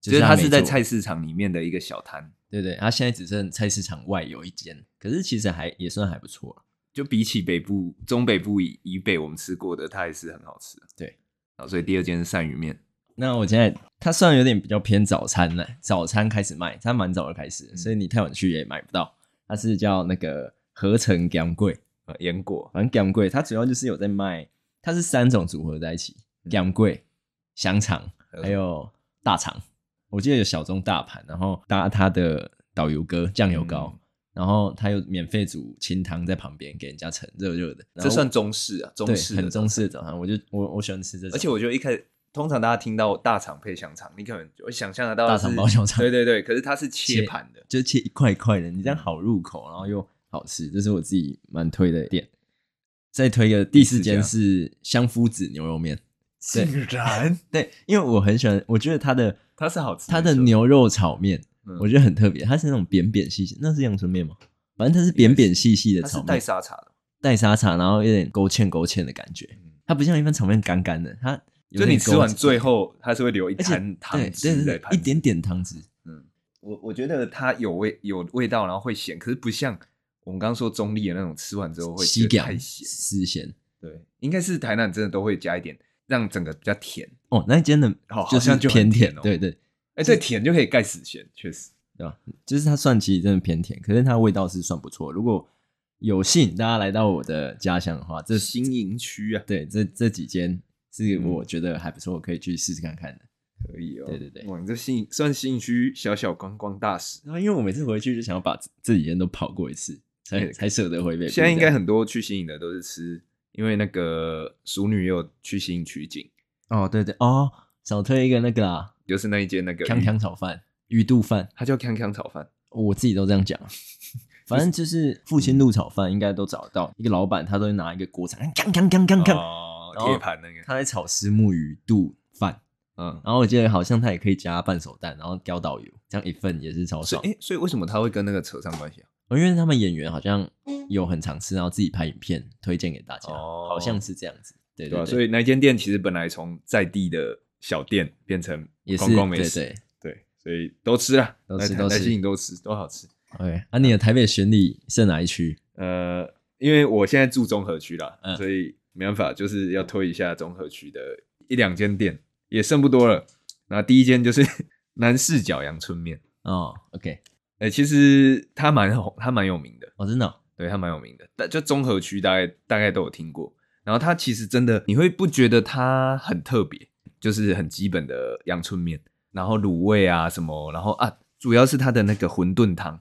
S1: 就是它是
S2: 没
S1: 在
S2: 做
S1: 菜市场里面的一个小摊，
S2: 对对，它现在只剩菜市场外有一间，可是其实还也算还不错啊了。
S1: 就比起北部、中北部以以北我们吃过的，它也是很好吃的。
S2: 对，
S1: 啊，所以第二间是鳝鱼面，
S2: 那我现在它虽然有点比较偏早餐呢，早餐开始卖，它蛮早就开始了，
S1: 嗯
S2: 所以你太晚去也买不到。它是叫那个合成姜桂，
S1: 呃，盐果，
S2: 反正姜桂它主要就是有在卖，它是三种组合在一起，
S1: 嗯
S2: 姜桂、香肠还有大肠。我记得有小中大盘，然后搭它的导游哥酱油膏，
S1: 嗯
S2: 然后它有免费煮清汤在旁边给人家盛热热的，然后
S1: 这算中式啊，中
S2: 对
S1: 式的
S2: 很中式的早餐。我就我我喜欢吃这种，
S1: 而且我觉得一开始，通常大家听到大肠配香肠，你可能就会想象得到
S2: 大
S1: 是
S2: 肠包小肠
S1: 对对对，可是它是切
S2: 切
S1: 盘的，
S2: 就切一块一块的，你这
S1: 嗯
S2: 样好入口，然后又好吃，这是我自己蛮推的店。再推一个第四间
S1: 第
S2: 是香夫子牛肉面，对
S1: 然
S2: 对，因为我很喜欢，我觉得它的
S1: *laughs* 它是好吃，
S2: 它的
S1: 没错，
S2: 牛肉炒面，
S1: 嗯
S2: 我觉得很特别，它是那种扁扁细细，那是阳春面吗？反正它是扁扁细细的
S1: 它
S2: 炒
S1: 是带
S2: 面，
S1: 沙茶的，
S2: 带沙茶，然后有点勾芡勾芡的感觉
S1: 嗯，
S2: 它不像一般炒面干干的，它有
S1: 就
S2: 点
S1: 你吃完
S2: 勾芡
S1: 最后，它是会留一
S2: 而且
S1: 滩
S2: 对
S1: 汤
S2: 对
S1: 汁
S2: 对
S1: 在
S2: 对，
S1: 盘
S2: 一
S1: 子
S2: 点点汤汁，
S1: 嗯，我我觉得它有味有味道，然后会咸，可是不像我们刚刚说中立的那种，吃完之后会
S2: 吸
S1: 觉得
S2: 掉
S1: 太咸。
S2: 丝咸。
S1: 对，应该是台南真的都会加一点，让整个比较甜。
S2: 哦，那一间的
S1: 好好
S2: 是
S1: 像就很
S2: 偏
S1: 甜
S2: 甜，
S1: 哦
S2: 对对，
S1: 哎，对，甜就可以盖死咸，确实。
S2: 就是它算其实真的偏甜，可是它味道是算不错。如果有幸大家来到我的家乡的话，这
S1: 新营区啊，
S2: 对这这几间是
S1: 嗯
S2: 我觉得还不错，可以去试试看看的。
S1: 可以哦。
S2: 对对对
S1: 哇，你这新算新营区小小观光大使。
S2: 然后因为我每次回去就想要把这这几间都跑过一次，才
S1: 哎
S2: 才舍得回北部这
S1: 现在
S2: 样。
S1: 应该很多去新营的都是吃，因为那个熟女也有去新营取景，
S2: 哦，对对哦，少推一个那个啊，
S1: 就是那一间那个
S2: 康康炒饭、鱼肚饭，
S1: 它叫康康炒饭。
S2: 我自己都这 *laughs* 样讲。反正就是嗯复兴路炒饭应该都找得到，一个老板他都会拿一个锅铲，锵锵锵锵锵，
S1: 哦
S2: 然后
S1: 铁盘那个，
S2: 他在炒石目鱼肚饭。
S1: 嗯，
S2: 然后我记得好像它也可以加半手蛋，然后浇导游，这样一份也是超
S1: 所
S2: 哦爽。
S1: 以，哎，所以为什么它会跟那个扯上关系啊？
S2: 哦因为他们演员好像有很常吃，然后自己拍影片推荐给大家，
S1: 哦
S2: 好像是这样子。对
S1: 对
S2: 对
S1: 啊，
S2: 对，
S1: 所以那间店其实本来从在地的小店变成
S2: 也是
S1: 观光美
S2: 对
S1: 食，
S2: 对。
S1: 对所以都吃了，
S2: 都吃
S1: 来
S2: 都吃
S1: 来西营都吃，都好吃。
S2: OK，啊，你的台北选里是哪一区？
S1: 呃，因为我现在住中和区啦，
S2: 嗯
S1: 所以没办法，就是要推一下中和区的一两间店，也剩不多了。那第一间就是 *laughs* 南市角阳春面，
S2: 哦，OK，
S1: 哎、其实它蛮红，它蛮有名的，
S2: 哦，真的哦、
S1: 对，它蛮有名的，但就中和区大概大概都有听过。然后它其实真的，你会不觉得它很特别，就是很基本的阳春面，然后卤味啊什么，然后啊，主要是它的那个馄饨汤，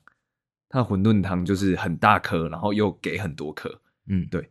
S1: 它的馄饨汤就是很大颗，然后又给很多颗。
S2: 嗯，
S1: 对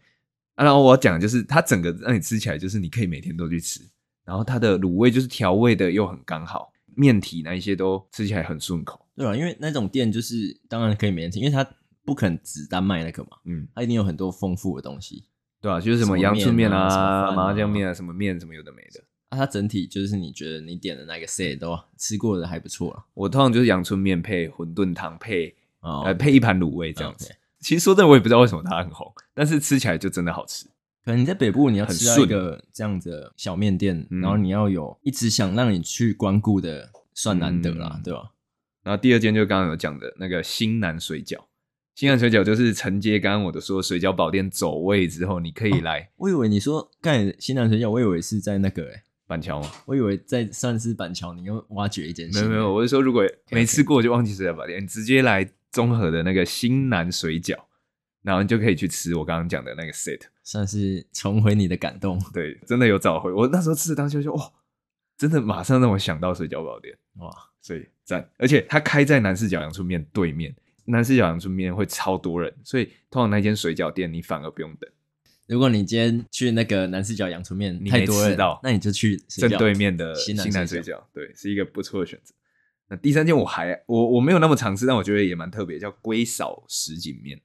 S1: 啊，然后我要讲的就是它整个让你吃起来就是你可以每天都去吃，然后它的卤味就是调味的又很刚好，面体那一些都吃起来很顺口。
S2: 对啊，因为那种店就是当然可以每天吃，因为它不可能只单卖那个嘛，
S1: 嗯，
S2: 它一定有很多丰富的东西。
S1: 对啊，就是什
S2: 什么
S1: 么阳春面
S2: 面啊什么
S1: 啊、
S2: 饭啊
S1: 麻酱面啊、什么面什么有的没的。
S2: 啊，它整体就是你觉得你点的那个 set 都吃过的还不错了。
S1: 我通常就是阳春面配馄饨汤配
S2: 哦，
S1: 呃配一盘卤味这样子
S2: OK。
S1: 其实说真的，我也不知道为什么它很红，但是吃起来就真的好吃。
S2: 可能你在北部，你要
S1: 很
S2: 吃到
S1: 顺
S2: 一个这样子的小面店，
S1: 嗯
S2: 然后你要有一直想让你去光顾的，算难得啦，
S1: 嗯
S2: 对吧？
S1: 然后第二间就刚刚有讲的那个新南水饺，新南水饺就是承接刚刚我的说水饺宝店走位之后，你可
S2: 哦
S1: 以来
S2: 我以为你说盖新南水饺，我以为是在那个、欸，
S1: 板桥吗？
S2: 我以为在算是板桥，你又挖掘一间
S1: 没
S2: 新
S1: 有
S2: 的，
S1: 没有，我是说如果没吃过就忘记水饺宝店，你直接来综合的那个新南水饺，然后你就可以去吃我刚刚讲的那个 set。
S2: 算是重回你的感动，
S1: 对，真的有找回。我那时候吃的当下就哇，真的马上让我想到水饺宝店，
S2: 哇，
S1: 所以赞。而且它开在南市角洋春面对面，南市角洋春面会超多人，所以通常那间水饺店你反而不用等，
S2: 如果你今天去那个南四角洋葱面
S1: 你
S2: 太
S1: 没
S2: 多
S1: 吃
S2: 人
S1: 到，
S2: 那你就去水
S1: 正
S2: 饺
S1: 对面的
S2: 新
S1: 新
S2: 南
S1: 南
S2: 水
S1: 水
S2: 饺
S1: 饺，对，是一个不错的选择。那第三间我还我我没有那么常吃，但我觉得也蛮特别，叫龟嫂什锦面。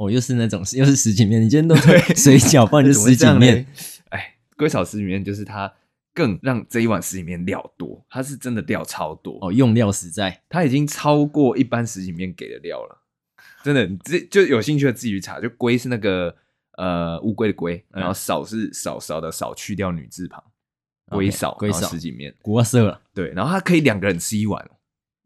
S2: 哦，又是那种 *laughs* 又是十几面，你今天都推水饺，不然 *laughs* 就
S1: 怎么会
S2: 哦
S1: 这
S2: 十几
S1: 样
S2: 面
S1: 嘞。。哎，龟草十里面就是它更让这一碗十里面料多，它是真的料超多
S2: 哦，用料实在，
S1: 它已经超过一般十几面给的料了。真的，你自就有兴趣的自己去查。就龟是那个呃乌龟的龟，
S2: 嗯
S1: 然后少是少少的少，去掉女字旁，
S2: OK，
S1: 龟少
S2: 龟
S1: 然后
S2: 少
S1: 十几面。
S2: 国色了，
S1: 对，然后它可以两个人吃一碗，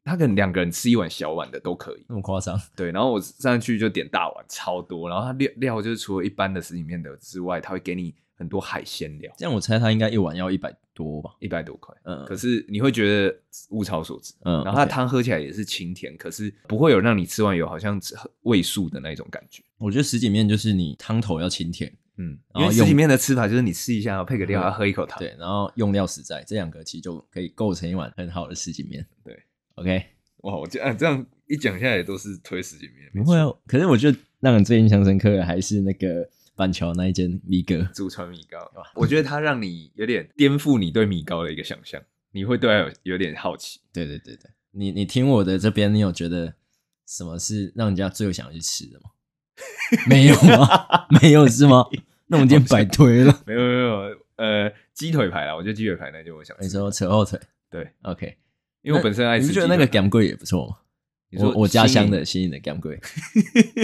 S1: 它可能两个人吃一碗小碗的都可以。
S2: 那么夸张？
S1: 对，然后我上去就点大碗，超多。然后它料料就是除了一般的十几面的之外，它会给你很多海鲜料，
S2: 这样我猜他应该一碗要一百多吧？
S1: 一百多块。
S2: 嗯，
S1: 可是你会觉得物超所值。
S2: 嗯，
S1: 然后它
S2: OK
S1: 的汤喝起来也是清甜，可是不会有让你吃完有好像吃味素的那种感觉。
S2: 我觉得十几面就是你汤头要清甜，
S1: 嗯，因
S2: 然后
S1: 为十
S2: 用
S1: 几面的吃法就是你吃一下，配个料，
S2: 嗯
S1: 然后喝一口汤。，
S2: 对，然后用料实在，这两个其实就可以构成一碗很好的十几面。
S1: 对
S2: ，OK，
S1: 哇，我这样这样一讲下来都是推十几面，
S2: 不会
S1: 没
S2: 啊
S1: 错。。
S2: 可是我觉得让人最印象深刻的还是那个板桥那一间米哥，
S1: 祖传米糕，我觉得它让你有点颠覆你对米糕的一个想象，你会对它有有点好奇。
S2: 对对对对，你你听我的这边，你有觉得什么是让人家最有想要去吃的吗？
S1: *laughs*
S2: 没有吗？没有是吗？那我们今天白推了。
S1: 没有没有，没有呃，鸡腿排啦，我觉得鸡腿排那就我想吃。
S2: 你说扯后腿
S1: 对，
S2: ，OK？
S1: 因为我本身爱
S2: 你
S1: 吃
S2: 不
S1: 鸡
S2: 觉
S1: 腿排。 *laughs*
S2: 得那个 gam 贵也不错吗？
S1: 你说
S2: 我我家
S1: 新
S2: 乡
S1: 颖
S2: 的新颖的
S1: *laughs*
S2: gam 贵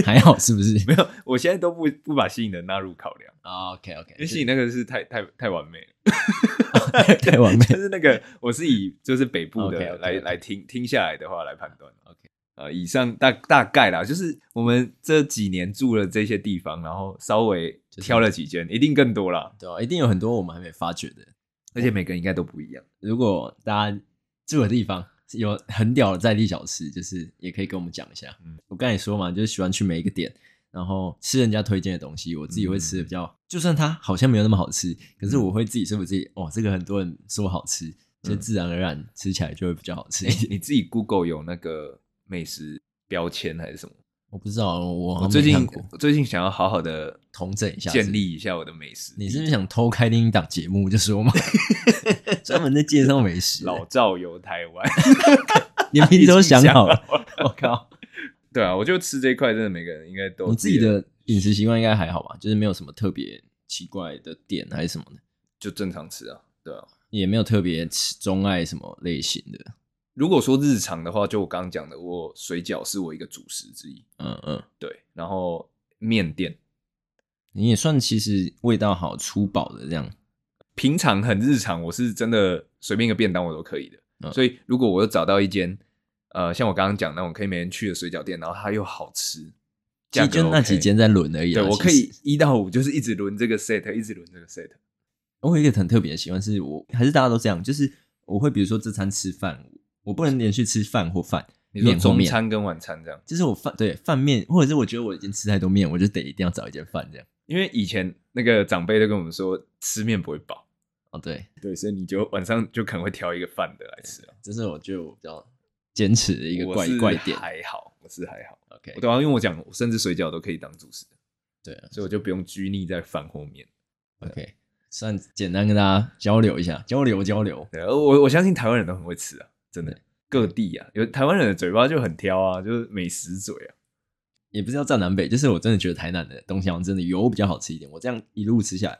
S2: 还好是不哦是
S1: 没有，我现在都不不把吸引的纳入考量。
S2: ？OK OK，
S1: 因为吸引那个是太太太完美了，
S2: 太完美
S1: *laughs* 就。是那个我是以就是北部的
S2: OK，OK，OK
S1: 来来听听下来的话来判断。
S2: OK
S1: 呃，以上大大概啦，就是我们这几年住了这些地方，然后稍微
S2: 就是
S1: 挑了几间，一定更多啦，
S2: 对啊，一定有很多我们还没发掘的。
S1: 而
S2: 哦
S1: 且每个人应该都不一样。
S2: 如果大家住的地方有很屌的在地小吃，就是也可以跟我们讲一下。
S1: 嗯
S2: 我刚才也说嘛，就是喜欢去每一个点，然后吃人家推荐的东西，我自己会吃的比较，就算它好像没有那么好吃，可是我会自己说服自己，哦，这个很多人说好吃，就
S1: 嗯
S2: 自然而然吃起来就会比较好吃一
S1: 哎
S2: *laughs* 点。
S1: 你自己 Google 有那个美食标签还是什么？
S2: 我不知道，我
S1: 我
S2: 好像
S1: 最
S2: 哦没看
S1: 近
S2: 过
S1: 最近想要好好的
S2: 重整一下
S1: 建。立一下我的美食。
S2: 你是不是想偷开另一档节目就说 *laughs* 嘛，专门在介绍美食、啊
S1: 老赵游台湾？
S2: 你平时都想好了， *laughs* 我靠！
S1: 对啊，我就吃这一块，真的每个人应该都有
S2: 你自己
S1: 的
S2: 的饮食习惯应该还好吧？就是没有什么特别奇怪的点还是什么的，
S1: 就正常吃啊，对啊。
S2: 也没有特别吃钟爱什么类型的。
S1: 如果说日常的话，就我刚刚讲的，我水饺是我一个主食之一，
S2: 嗯嗯，
S1: 对，然后面店，
S2: 你也算其实味道好粗饱的这样。
S1: 平常很日常，我是真的随便一个便当我都可以的。
S2: 嗯
S1: 所以如果我又找到一间，呃，像我刚刚讲那种可以每天去的水饺店，然后它又好吃，
S2: 其
S1: 价
S2: 实
S1: 格
S2: 就那
S1: OK
S2: 几间在轮而已
S1: 对
S2: 啊
S1: 我
S2: 其
S1: 可以
S2: 实
S1: 一到五就是一直轮这个 set，一直轮这个 set。
S2: 我有一个很特别的习惯，是我还是大家都这样，就是我会比如说这餐吃饭，我不能连续吃饭或饭，
S1: 你说
S2: 面或
S1: 中
S2: 面，
S1: 餐跟晚餐这样，
S2: 就是我饭对饭面，或者是我觉得我已经吃太多面，我就得一定要找一间饭这样。
S1: 因为以前那个长辈都跟我们说吃面不会饱，
S2: 哦，对，
S1: 对，所以你就晚上就可能会挑一个饭的来吃啊。
S2: 这是我觉得我比较坚持的一个
S1: 我
S2: 怪
S1: 是
S2: 怪点。
S1: 还好，我是还好。
S2: OK，
S1: 对啊，因为我讲，我甚至水饺都可以当主食，
S2: 对啊，
S1: 所以我就不用拘泥在饭后面。
S2: OK，算简单跟大家交流一下，交流交流。
S1: 对，而我我相信台湾人都很会吃啊，真的
S2: 对，
S1: 各地啊，有台湾人的嘴巴就很挑啊，就是美食嘴啊。
S2: 也不是要站南北，就是我真的觉得台南的东西好像真的油比较好吃一点。我这样一路吃下来，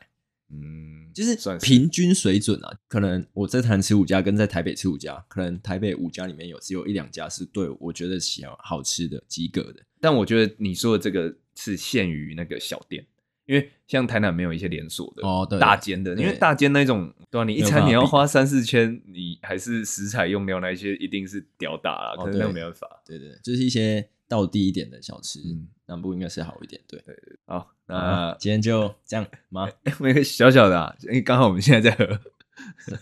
S1: 嗯，
S2: 就是
S1: 算是
S2: 平均水准啊。可能我在台南吃五家，跟在台北吃五家，可能台北五家里面有只有一两家是对我觉得喜欢好吃的及格的。
S1: 但我觉得你说的这个是限于那个小店，因为像台南没有一些连锁的
S2: 哦对
S1: 大间的，因为
S2: 对
S1: 大间那种，对啊，你一
S2: 没有办
S1: 餐
S2: 法
S1: 你要
S2: 比
S1: 花三四千，你还是食材用料那一些一定是屌打啦，可
S2: 哦
S1: 能那
S2: 对
S1: 没办法。
S2: 对对，对就是一些道地一点的小吃，
S1: 嗯
S2: 南部应该是好一点。对，
S1: 好，
S2: 啊
S1: 那
S2: 今天就这样
S1: *laughs*
S2: 吗？
S1: 我有一个 *laughs* 小小的、啊，因为刚好我们现在在喝， *laughs*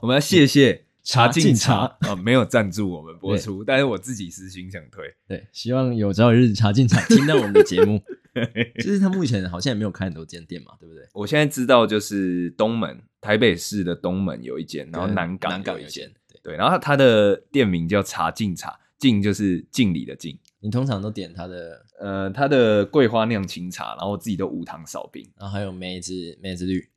S1: 我们要谢谢
S2: 茶
S1: 敬
S2: 敬
S1: 茶
S2: 茶
S1: 啊、没有赞助我们播出，但是我自己私心想推， *laughs*
S2: 对，希望有朝一日茶进茶听到我们的节目。就是他目前好像也没有开很多间店嘛，对不对？
S1: 我现在知道就是东门台北市的东门有一间，然后
S2: 跟
S1: 南港
S2: 南港
S1: 一
S2: 有
S1: 间
S2: 间，，对。
S1: 对，然后它的店名叫茶敬茶，敬就是敬礼的敬，
S2: 你通常都点它的，
S1: 呃，它的桂花酿清茶，然后我自己都无糖少冰，
S2: 然后还有梅子梅子绿，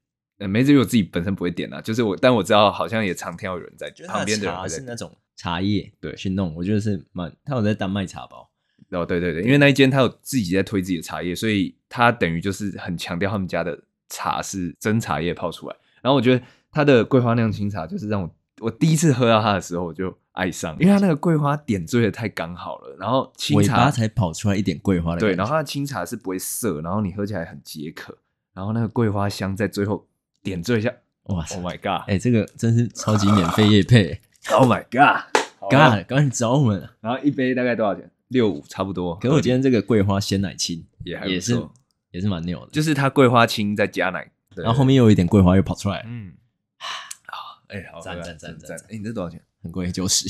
S1: 呃，梅子我自己本身不会点啊，就是我，但我知道好像也常听到有人在
S2: 就是它
S1: 旁
S2: 的
S1: 边的人
S2: 茶
S1: 会在
S2: 是
S1: 点
S2: 那种茶叶
S1: 对
S2: 去弄，我觉得是蛮，他有在当卖茶包，
S1: 哦，对对对，因为那一间他有自己在推自己的茶叶，所以他等于就是很强调他们家的茶是真茶叶泡出来。然后我觉得他的桂花酿清茶就是让我我第一次喝到它的时候我就爱上，因为它那个桂花点缀的太刚好了，然后清
S2: 尾巴
S1: 茶
S2: 才跑出来一点桂花的
S1: 对，
S2: 感觉
S1: 然后它的清茶是不会涩，然后你喝起来很解渴，然后那个桂花香在最后点缀一下
S2: 哇塞
S1: ，Oh，my God，Oh
S2: 哎、这个真是超级免费夜
S1: *laughs*
S2: 配
S1: my God，好
S2: ，God，赶快找我们啊！
S1: 然后一杯大概多少钱？六五差不多。
S2: 可是我今天这个桂花鲜奶青
S1: 也还不
S2: 也是
S1: 错
S2: 也是蛮牛的，
S1: 就是它桂花青再加奶，对
S2: 然后后面又有一点桂花又跑出来，
S1: 嗯，啊，哎，好喝啊，
S2: 赞赞赞赞
S1: 哎，你这多少钱？ *laughs*
S2: 很贵，九十，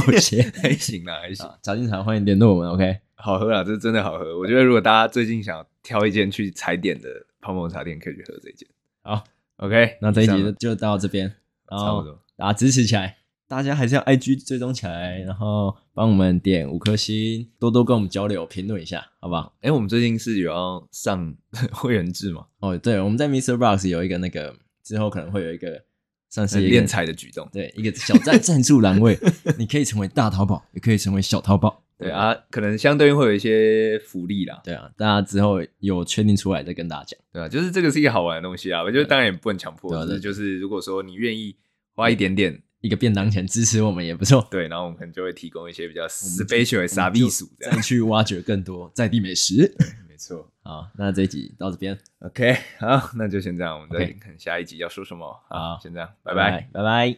S2: 抱歉。
S1: 还行啦，还行，
S2: 啊茶金茶欢迎联络我们，OK？
S1: 好喝啊啦，这真的好喝。我觉得如果大家最近想挑一间去踩点的泡沫茶店，可以去喝这一间。
S2: 好
S1: ，OK，
S2: 那这一
S1: 以
S2: 集
S1: 上
S2: 就到这边，然
S1: 差不
S2: 后
S1: 多。
S2: 啊，支持起来，大家还是要 IG 追踪起来，然后帮我们点五颗星，多多跟我们交流，评论一下，好不好？
S1: 哎，我们最近是有要上 *laughs* 会员制嘛？
S2: 哦，对，我们在 Mr. Box 有一个那个之后可能会有一个算是一个
S1: 练财的举动。
S2: 对一个小赞赞助栏位， *laughs* 你可以成为大淘宝，也可以成为小淘宝，
S1: 对，啊，可能相对应会有一些福利啦，
S2: 对啊，大家之后有确定出来再跟大家讲。
S1: 对啊，就是这个是一个好玩的东西啊。我觉得当然也不能强迫
S2: 对啊，
S1: 只
S2: 对
S1: 是就是如果说你愿意花一点点，
S2: 一个便当钱支持我们也不错，
S1: 对，然后我们可能就会提供一些比较
S2: 就
S1: special 的傻
S2: 我们就
S1: 逼鼠这
S2: 再
S1: 样。
S2: 去挖掘更多在地美食。
S1: 没错。
S2: 好，那这一集到这边，
S1: OK，好，那就先这样，我们再
S2: OK
S1: 看下一集要说什么。
S2: 好
S1: 好，先这样，拜拜。
S2: 拜拜。